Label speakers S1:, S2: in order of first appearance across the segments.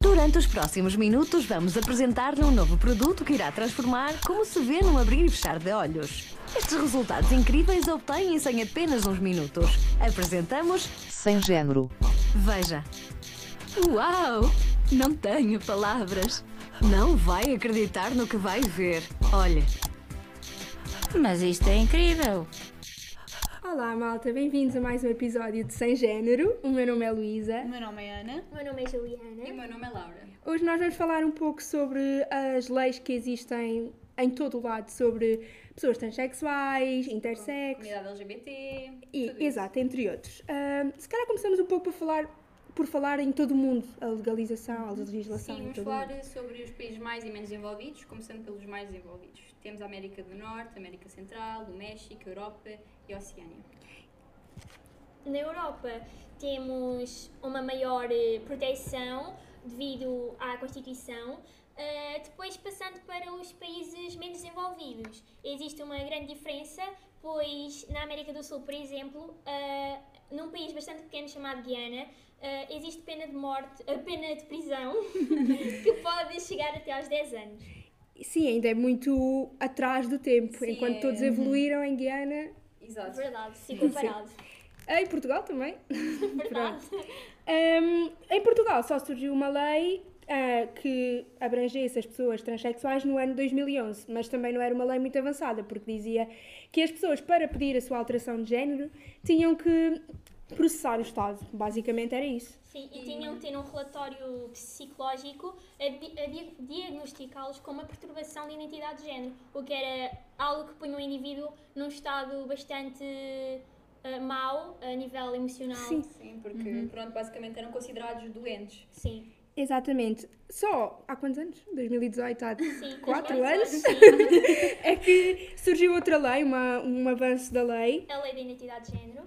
S1: Durante os próximos minutos, vamos apresentar-lhe um novo produto que irá transformar como se vê num abrir e fechar de olhos. Estes resultados incríveis obtêm-se em apenas uns minutos. Apresentamos.
S2: Sem género.
S1: Veja. Uau! Não tenho palavras. Não vai acreditar no que vai ver. Olhe,
S3: Mas isto é incrível.
S4: Olá, malta, bem-vindos a mais um episódio de Sem Gênero. O meu nome é Luísa.
S5: O meu nome é Ana.
S6: O meu nome é Juliana.
S5: O meu nome é Laura.
S4: Hoje nós vamos falar um pouco sobre as leis que existem em todo o lado sobre pessoas transexuais, intersexo
S5: Comunidade LGBT.
S4: e
S5: tudo isso.
S4: exato, entre outros. Ahm, se calhar começamos um pouco por falar, por falar em todo o mundo, a legalização, a legislação.
S5: Sim,
S4: em
S5: vamos
S4: todo o
S5: falar
S4: mundo.
S5: sobre os países mais e menos envolvidos, começando pelos mais desenvolvidos. Temos a América do Norte, a América Central, o México, a Europa e a Oceânia.
S6: Na Europa temos uma maior eh, proteção devido à Constituição. Ah, depois, passando para os países menos desenvolvidos, existe uma grande diferença, pois na América do Sul, por exemplo, ah, num país bastante pequeno chamado Guiana, ah, existe pena de morte, a pena de prisão, que pode chegar até aos 10 anos.
S4: Sim, ainda é muito atrás do tempo,
S5: Sim,
S4: enquanto
S5: é.
S4: todos evoluíram em Guiana.
S5: Exato.
S6: Verdade, se comparado.
S4: É, Em Portugal também.
S6: Verdade.
S4: Hum, em Portugal só surgiu uma lei ah, que abrangesse as pessoas transexuais no ano 2011, mas também não era uma lei muito avançada, porque dizia que as pessoas, para pedir a sua alteração de género, tinham que processar o Estado. Basicamente era isso.
S6: Sim, e tinham de ter um relatório psicológico a, di- a di- diagnosticá-los com uma perturbação de identidade de género, o que era algo que punha o indivíduo num estado bastante ah, mau a nível emocional.
S4: Sim.
S5: Sim, porque
S4: Uhum.
S5: pronto, basicamente eram considerados doentes.
S6: Sim.
S4: Exatamente. Só há quantos anos? 2018, há
S6: Sim,
S4: quatro
S6: mas-
S4: anos,
S6: Sim,
S4: é que surgiu outra lei, uma, um avanço da lei,
S6: a lei da identidade de género.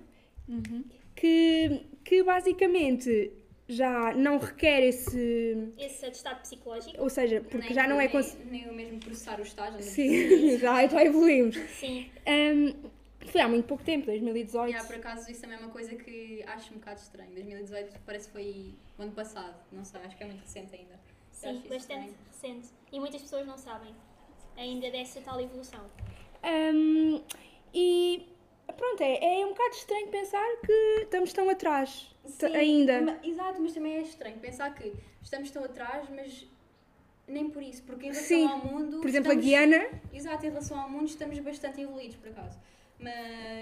S4: que, que basicamente já não requer esse.
S6: Esse atestado psicológico.
S4: Ou seja, porque já não é.
S5: nem,
S4: cons-
S5: nem o mesmo processar os estágio. não é?
S4: Sim, já, já evoluímos.
S6: Sim.
S4: Ahm, foi há muito pouco tempo, 2018.
S5: E há, por acaso, isso também é uma coisa que acho um bocado estranho. 2018 parece que foi o ano passado, não sei, acho que é muito recente ainda. Eu
S6: Sim,
S5: acho isso
S6: bastante recente. E muitas pessoas não sabem ainda dessa tal evolução.
S4: Ahm, Hum, e pronto, é, é um bocado estranho pensar que estamos tão atrás t-
S5: Sim,
S4: ainda.
S5: ma- exato, mas também é estranho pensar que estamos tão atrás, mas nem por isso, porque em relação
S4: Sim,
S5: ao mundo.
S4: Por exemplo,
S5: estamos-
S4: a Guiana,
S5: Exato, em relação ao mundo estamos bastante evoluídos, por acaso.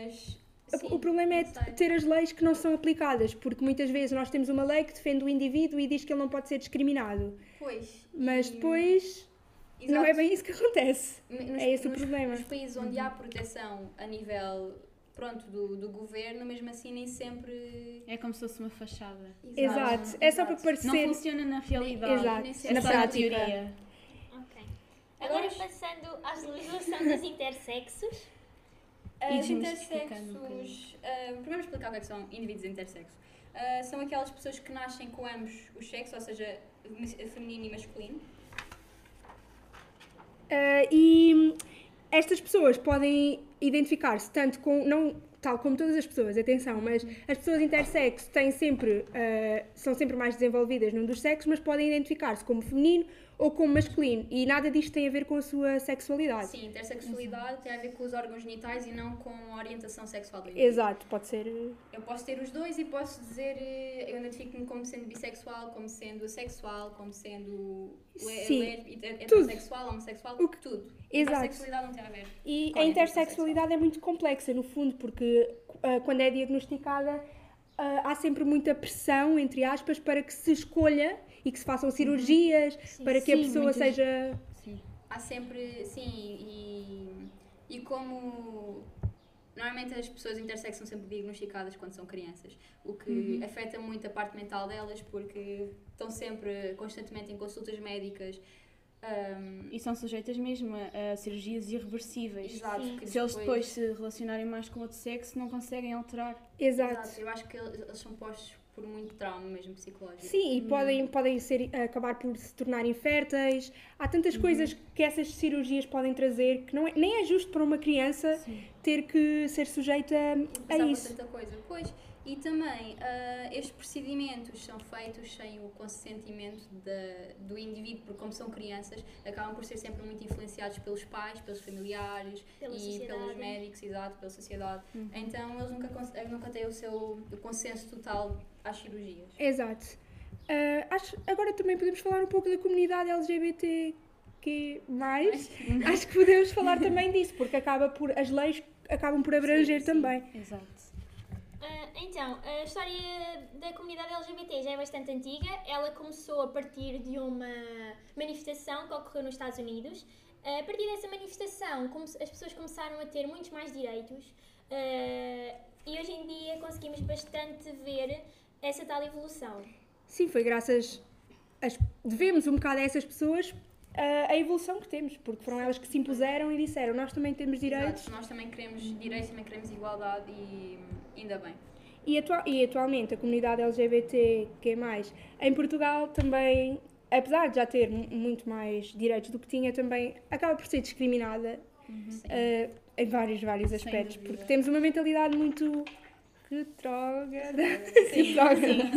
S5: Mas.
S4: o-
S5: sim,
S4: o problema é
S5: não sei.
S4: ter as leis que não são aplicadas, porque muitas vezes nós temos uma lei que defende o indivíduo e diz que ele não pode ser discriminado,
S5: Pois.
S4: mas
S5: e-
S4: depois não é
S5: exato,
S4: bem isso que acontece.
S5: nos-
S4: é esse o
S5: nos-
S4: problema.
S5: Nos países onde há proteção a nível pronto do, do governo, mesmo assim nem sempre.
S7: É como se fosse uma fachada.
S4: Exato, é só para
S5: exato.
S7: Não
S4: parecer.
S7: funciona na realidade.
S4: Exato,
S5: nem
S7: É
S5: sempre
S4: na
S7: só na
S4: prática.
S7: teoria.
S6: Ok. Agora
S5: Agora-
S6: passando à legislação dos intersexos.
S5: As
S7: desmistificando um
S5: intersexos. ah, primeiro explicar o que é que são indivíduos intersexos. Ah, são aquelas pessoas que nascem com ambos os sexos, ou seja, mes- feminino e masculino.
S4: Ah, e hum, estas pessoas podem identificar-se tanto com. Não, tal como todas as pessoas, atenção, mas as pessoas intersexo têm sempre, ah, são sempre mais desenvolvidas num dos sexos, mas podem identificar-se como feminino ou como masculino. E nada disto tem a ver com a sua sexualidade.
S5: Sim, intersexualidade tem a ver com os órgãos genitais e não com a orientação sexual do indivíduo.
S4: Exato, pode ser. eh,
S5: Eu posso ter os dois e posso dizer, eh, eu identifico-me como sendo bissexual, como sendo assexual, como sendo le-
S4: Sim.
S5: lésbica,
S4: Tudo.
S5: heterossexual, homossexual,
S4: O que-
S5: tudo.
S4: Exato.
S5: Intersexualidade não tem a ver.
S4: E
S5: Com a
S4: a intersexualidade é muito complexa, no fundo, porque ah, quando é diagnosticada ah, há sempre muita pressão, entre aspas, para que se escolha e que se façam cirurgias, para que a
S7: Sim,
S4: pessoa
S7: muitas-
S4: seja.
S7: Sim.
S5: Há sempre, sim, e, e como normalmente as pessoas intersexo são sempre diagnosticadas quando são crianças, o que afeta muito a parte mental delas porque estão sempre constantemente em consultas médicas. Ah, ahm,
S7: E são sujeitas mesmo a, a cirurgias irreversíveis.
S5: exato, que
S7: Se eles depois se relacionarem mais com outro sexo, não conseguem alterar.
S4: Exato.
S5: Exato, eu acho que eles eles são postos por muito trauma mesmo psicológico.
S4: Sim, e podem, podem ser, eh, acabar por se tornar inférteis. Há tantas coisas que essas cirurgias podem trazer que não é- nem é justo para uma criança ter que ser sujeita a
S5: Passar por
S4: isso.
S5: tanta coisa. Pois, E também, ah, estes procedimentos são feitos sem o consentimento da- do indivíduo, porque, como são crianças, acabam por ser sempre muito influenciados pelos pais, pelos familiares
S6: Pela
S5: e
S6: sociedade.
S5: pelos médicos, exato, pela sociedade. Então, eles nunca, cons- eh, nunca têm o seu o consenso total às cirurgias.
S4: Exato. Ah, acho, agora também podemos falar um pouco da comunidade LGBTQ+.
S5: Uhum.
S4: acho que podemos falar também disso, porque acaba por, as leis acabam por abranger
S5: sim.
S4: também.
S7: Exato.
S6: Ah, então, a história da comunidade LGBT já é bastante antiga. Ela começou a partir de uma manifestação que ocorreu nos Estados Unidos. Ah, A partir dessa manifestação, come- as pessoas começaram a ter muitos mais direitos ah, e hoje em dia conseguimos bastante ver essa tal evolução.
S4: Sim, foi graças. Às, devemos um bocado a essas pessoas ah, a evolução que temos, porque foram elas que se impuseram e disseram: Nós também temos direitos.
S5: Exato, Nós também queremos direitos, também queremos igualdade e hum, ainda bem.
S4: E, atua- e atualmente a comunidade LGBTQ, em Portugal também, apesar de já ter mu- muito mais direitos do que tinha, também acaba por ser discriminada eh, em vários, vários aspectos,
S5: dúvida.
S4: porque temos uma mentalidade muito retrógrada. Retrógrada.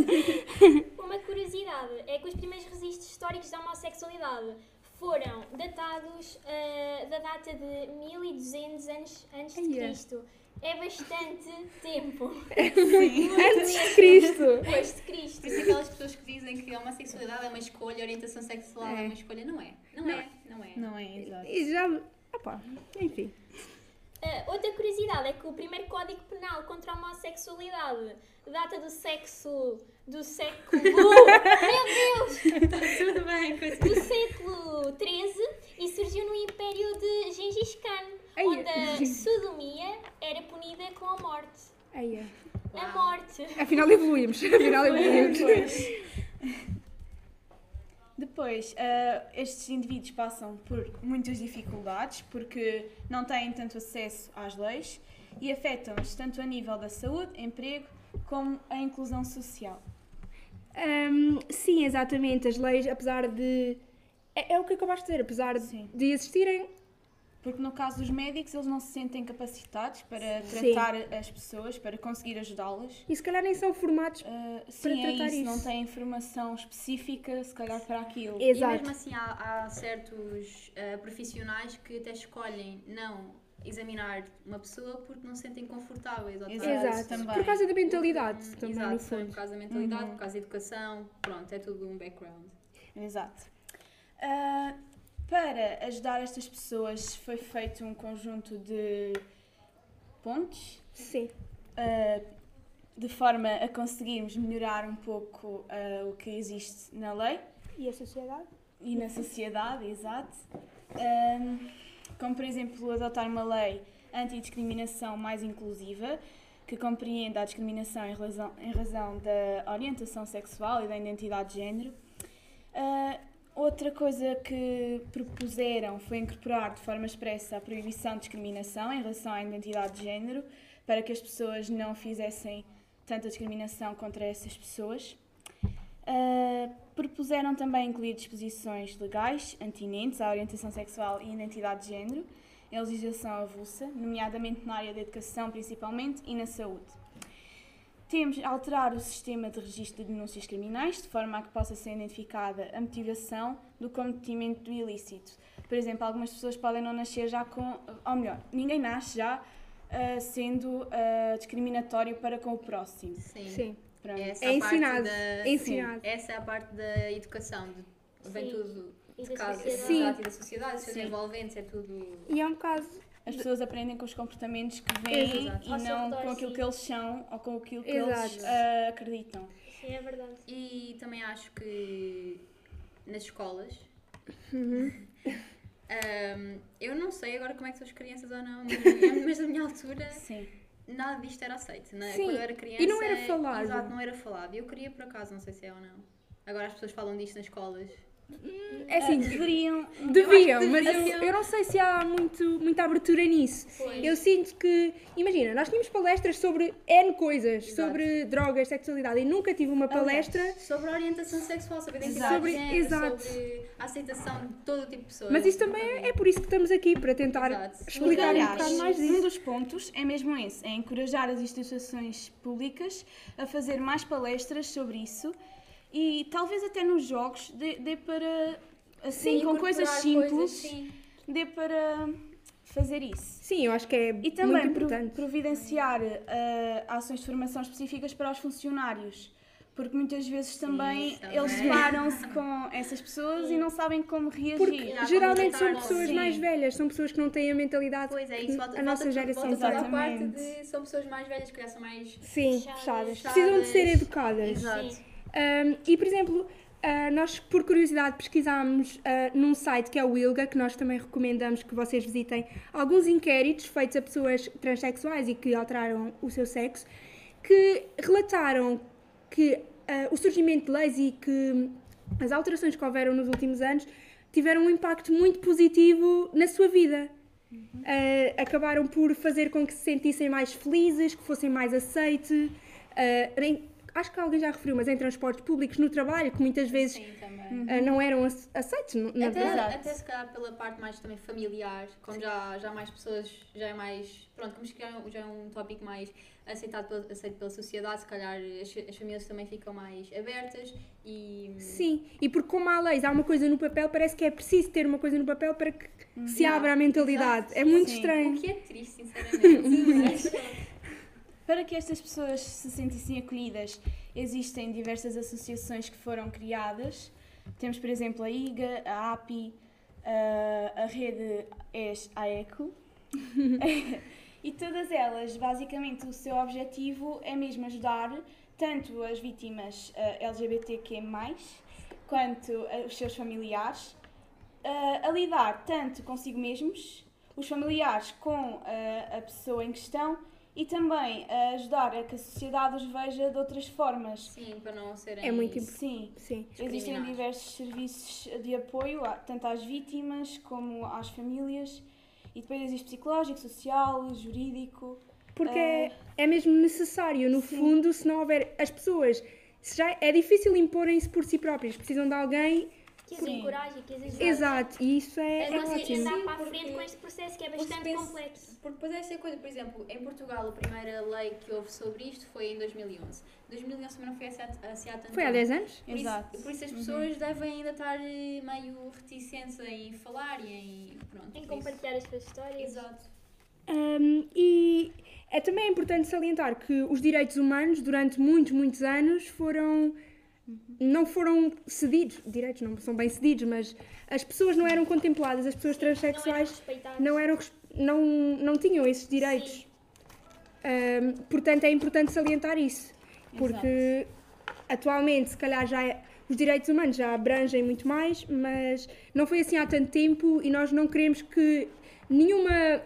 S6: Uma curiosidade é que os primeiros registros históricos da homossexualidade foram datados ah, da data de 1200 anos antes de
S4: Eia.
S6: Cristo. É bastante tempo
S4: Antes de Cristo.
S6: depois de Cristo.
S5: Por isso aquelas pessoas que dizem que a homossexualidade é uma escolha, a orientação sexual é, uma escolha, não é. Não, é, não é.
S7: Não é, exato.
S4: E já. Opá, enfim.
S6: Ah, outra curiosidade é que o primeiro código penal contra a homossexualidade data do sexo do século
S5: Tudo bem, continua.
S6: do século 13 e surgiu no Império de Gengis Khan,
S4: Ai, é.
S6: onde a sodomia era punida com a morte.
S4: Eia.
S6: A morte.
S4: Afinal evoluímos. Afinal evoluímos.
S7: Depois, ah, estes indivíduos passam por muitas dificuldades porque não têm tanto acesso às leis e afetam-os tanto a nível da saúde, emprego, como a inclusão social.
S4: Hum, sim, exatamente. As leis, apesar de. É, é o que acabaste de dizer, apesar de-
S7: Sim.
S4: de existirem,
S7: Porque no caso dos médicos, eles não se sentem capacitados para
S4: Sim.
S7: tratar as pessoas, para conseguir ajudá-las.
S4: E se calhar nem são formados.
S7: Ah, sim, é
S4: tratar
S7: isso,
S4: isso.
S7: não têm informação específica, se calhar, para aquilo.
S5: E
S4: Exato.
S5: mesmo assim há, há certos eh, profissionais que até escolhem não examinar uma pessoa porque não se sentem confortáveis. Ou tal.
S4: Exato.
S7: também.
S4: Por causa da mentalidade
S5: Hum,
S4: também,
S5: Exato,
S4: no
S5: só por
S4: fundo. Uhum.
S5: causa da mentalidade, por causa da educação, pronto, é tudo um background.
S7: Exato. Ah, para ajudar estas pessoas foi feito um conjunto de pontos
S4: Sim.
S7: ah, de forma a conseguirmos melhorar um pouco ah, o que existe na lei
S4: E a sociedade?
S7: e na sociedade, exato. Ahm, como, por exemplo, adotar uma lei antidiscriminação mais inclusiva, que compreenda a discriminação em razão, em razão da orientação sexual e da identidade de género. Ah, outra coisa que propuseram foi incorporar de forma expressa a proibição de discriminação em relação à identidade de género, para que as pessoas não fizessem tanta discriminação contra essas pessoas. Uh, propuseram também incluir disposições legais antinentes à orientação sexual e identidade de género em legislação avulsa, nomeadamente na área da educação principalmente e na saúde. Temos a alterar o sistema de registro de denúncias criminais de forma a que possa ser identificada a motivação do cometimento do ilícito. Por exemplo, algumas pessoas podem não nascer já com, ou melhor, ninguém nasce já uh, sendo uh, discriminatório para com o próximo.
S5: Sim.
S4: Sim.
S7: Pronto.
S5: Essa
S4: É
S5: a parte
S4: ensinado.
S5: da-
S4: É ensinado.
S5: Essa é a parte da educação, de, vem
S6: Sim.
S5: tudo
S6: E
S5: de
S6: da
S5: casa,
S6: sociedade.
S4: Sim.
S5: exato, e da sociedade, os seus
S7: Sim.
S5: envolventes, é tudo.
S4: E é um caso.
S7: As pessoas aprendem com os comportamentos que veem
S5: Exato.
S7: e
S6: Ao seu
S7: não
S6: redor,
S7: com aquilo
S6: sim.
S7: que eles são ou com aquilo que eles
S4: Exato.
S7: ah, acreditam.
S6: Sim, é verdade.
S5: E também acho que nas escolas.
S4: Uhum.
S5: Ahm, eu não sei agora como é que são as crianças ou não, mas- mas na minha altura
S7: Sim.
S5: nada disto era aceito. Né?
S4: Sim,
S5: Quando eu era
S4: e
S5: criança.
S4: não era falado.
S5: Exato, não era falado. Eu queria por acaso, não sei se é ou não. Agora as pessoas falam disto nas escolas.
S4: É assim,
S7: deveriam.
S4: Deviam, mas eu, eu não sei se há muito, muita abertura nisso.
S5: Pois.
S4: Eu sinto que, imagina, nós tínhamos palestras sobre N coisas, sobre drogas, sexualidade, e nunca tive uma palestra,
S5: Sobre a orientação sexual, sobre a
S4: Exato.
S5: identidade
S4: Sobre-
S5: de género,
S4: exato.
S5: sobre a aceitação de todo tipo de pessoas.
S4: mas isso também é, é por isso que estamos aqui, para tentar
S5: Exato.
S4: explicar um bocado mais
S7: um
S4: disso.
S7: dos pontos é mesmo esse, é encorajar as instituições públicas a fazer mais palestras sobre isso e talvez até nos jogos dê, dê para, assim, com coisas simples, dê para fazer isso.
S4: Sim, eu acho que é
S7: E também
S4: muito
S7: pro-
S4: importante.
S7: providenciar eh, ações de formação específicas para os funcionários, porque muitas vezes também
S5: Isso
S7: eles
S5: também.
S7: param-se com essas pessoas e não sabem como reagir.
S4: Porque
S5: há
S4: geralmente são
S5: comentários,
S4: pessoas
S7: sim.
S4: mais velhas, são pessoas que não têm a mentalidade
S5: Pois é,
S4: que
S5: isso volta,
S4: a nossa
S5: volta,
S4: geração
S5: volta toda a
S4: tem.
S5: parte
S7: Exatamente.
S5: de são pessoas mais velhas que já são mais.
S4: Sim,
S6: Fechadas.
S4: fechadas. Precisam de ser
S5: Fechadas.
S4: educadas.
S6: Sim.
S4: Um, e, por exemplo, uh, nós, por curiosidade, pesquisámos uh, num site que é o ILGA, que nós também recomendamos que vocês visitem, alguns inquéritos feitos a pessoas transexuais e que alteraram o seu sexo, que relataram que uh, o surgimento de leis e que as alterações que houveram nos últimos anos tiveram um impacto muito positivo na sua vida. Uh, acabaram por fazer com que se sentissem mais felizes, que fossem mais aceite. uh, em- acho que alguém já referiu, mas em transportes públicos, no trabalho, que muitas vezes
S5: Sim, também.
S4: uh, não eram ace- aceitos, n- na
S5: É Até,
S4: verdade.
S5: até se calhar pela parte mais também familiar, como já, já mais pessoas, já é mais. Pronto, como isto já é um- já é um tópico mais aceitado pela, aceito pela sociedade, se calhar as, as famílias também ficam mais abertas e.
S4: Sim, e porque como há leis, há uma coisa no papel, parece que é preciso ter uma coisa no papel para que se
S5: Yeah,
S4: abra a mentalidade. É muito
S7: Sim.
S5: O
S4: estranho.
S5: que é triste, sinceramente. mas-
S7: Para que estas pessoas se sentissem acolhidas, existem diversas associações que foram criadas. Temos, por exemplo, a IGA, a API, a, a rede ES AECO. e todas elas, basicamente, o seu objetivo é mesmo ajudar tanto as vítimas eh, LGBTQ+, quanto eh, os seus familiares, eh, a lidar tanto consigo mesmos, os familiares com eh, a pessoa em questão e também a ajudar a que a sociedade os veja de outras formas.
S5: Sim, para não serem.
S4: É muito importante.
S7: Sim.
S4: Sim.
S7: Existem
S5: Discriminar.
S7: diversos serviços de apoio, a- tanto às vítimas como às famílias. E depois existe psicológico, social, jurídico.
S4: Porque
S7: Eh,
S4: é, é mesmo necessário, no fundo, se não houver as pessoas. se já é difícil imporem-se por si próprias, precisam de alguém.
S6: Que os
S7: Sim.
S6: encorajem, que os ajudem.
S4: Exato, e isso é,
S5: É
S4: é
S5: nós-
S4: ótimo.
S6: andar
S5: Sim,
S6: para a
S5: porque-
S6: frente com este processo que é
S5: Porque
S6: bastante
S5: penso-
S6: complexo.
S5: Porque depois essa coisa, por exemplo, em Portugal a primeira lei que houve sobre isto foi em 2011. 2011 também não foi assim há- assim há tanto
S4: Foi há
S5: tempo.
S4: 10 anos?
S5: Por
S7: Exato.
S5: Isso, por isso as pessoas devem ainda estar eh, meio reticentes em falar e em. Pronto.
S6: Em
S5: por isso.
S6: compartilhar as suas histórias.
S5: Exato.
S4: Um, e é também importante salientar que os direitos humanos, durante muitos, muitos anos, foram. Não foram cedidos, direitos não são bem cedidos, mas as pessoas não eram contempladas, as pessoas
S6: Não é eram
S4: transexuais
S6: respeitados.
S4: não, eram, res- não, não tinham esses direitos. Um, portanto, é importante salientar isso, porque atualmente, se calhar, já é- os direitos humanos já abrangem muito mais, mas não foi assim há tanto tempo e nós não queremos que nenhuma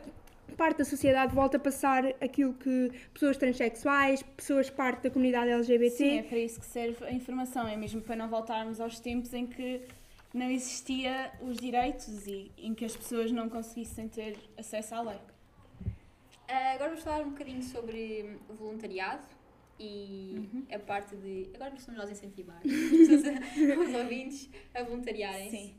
S4: parte da sociedade volte a passar aquilo que pessoas transexuais, pessoas parte da comunidade LGBT.
S7: Sim, é para isso que serve a informação, é mesmo para não voltarmos aos tempos em que não existia os direitos e em que as pessoas não conseguissem ter acesso à lei.
S5: Ah, agora vamos falar um bocadinho sobre hum, o voluntariado e a parte de. Agora não somos nós a incentivar os ouvintes a Hum, voluntariarem.
S7: Sim.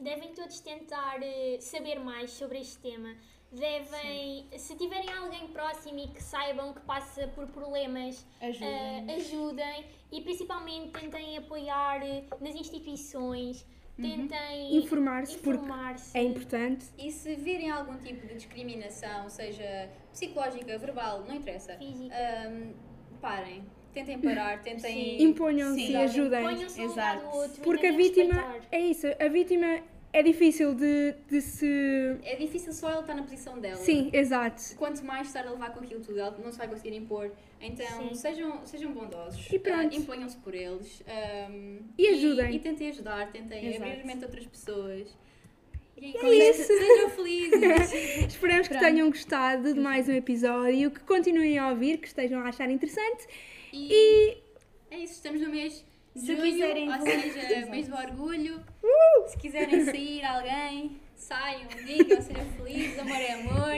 S6: Devem todos tentar eh, saber mais sobre este tema. Devem, se tiverem alguém próximo e que saibam que passa por problemas,
S7: Ajudem.
S6: eh, ajudem e principalmente tentem apoiar eh, nas instituições, tentem
S4: Uhum. Informar-se, porque
S6: informar-se.
S4: É importante.
S5: E se virem algum tipo de discriminação, seja psicológica, verbal, não interessa,
S4: é
S6: Física.
S5: ahm, parem. Tentem parar, tentem.
S4: Imponham-se
S7: Sim.
S4: e ajudem.
S6: Ponham-se no lugar do
S7: Exato.
S6: outro. e
S4: Porque a
S6: tentem
S4: vítima.
S6: respeitar.
S4: É isso, a vítima é difícil de, de se.
S5: É difícil só ela estar na posição dela.
S4: Sim, exato.
S5: Quanto mais estar a levar com aquilo tudo, ela não se vai conseguir impor. Então,
S6: Sim.
S5: sejam, sejam bondosos.
S4: E pronto.
S5: ah, Imponham-se por eles. ahm,
S4: E ajudem.
S5: E, tentem ajudar, tentem
S7: Exato.
S5: abrir a mente a outras pessoas. E com isto, Sejam felizes.
S4: Esperamos que tenham gostado de mais um episódio, que continuem a ouvir, que estejam a achar interessante.
S5: E
S4: E
S5: é isso, estamos no mês de Se
S7: Julho,
S5: quiserem,
S7: ou
S5: ou
S7: seja,
S5: seja, mês do orgulho, se quiserem sair a alguém, saiam, digam, sejam felizes, amor é amor.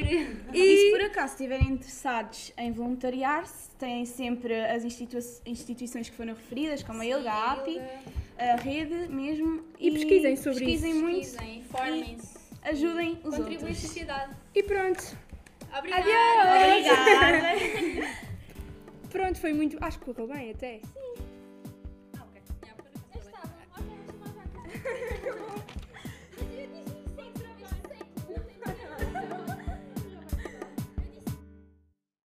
S7: E, se por acaso estiverem interessados em voluntariar-se, têm sempre as institui- instituições que foram referidas, como a ILGA, a API, a rede mesmo.
S4: E pesquisem sobre
S7: pesquisem
S4: isso.
S7: Muito,
S5: Pesquisem, informem-se.
S7: Ajudem os
S5: Contribuem à
S7: outros.
S5: sociedade.
S4: E pronto.
S5: Obrigada!
S7: Obrigada!
S4: Pronto, foi muito. Acho que correu bem até. Sim.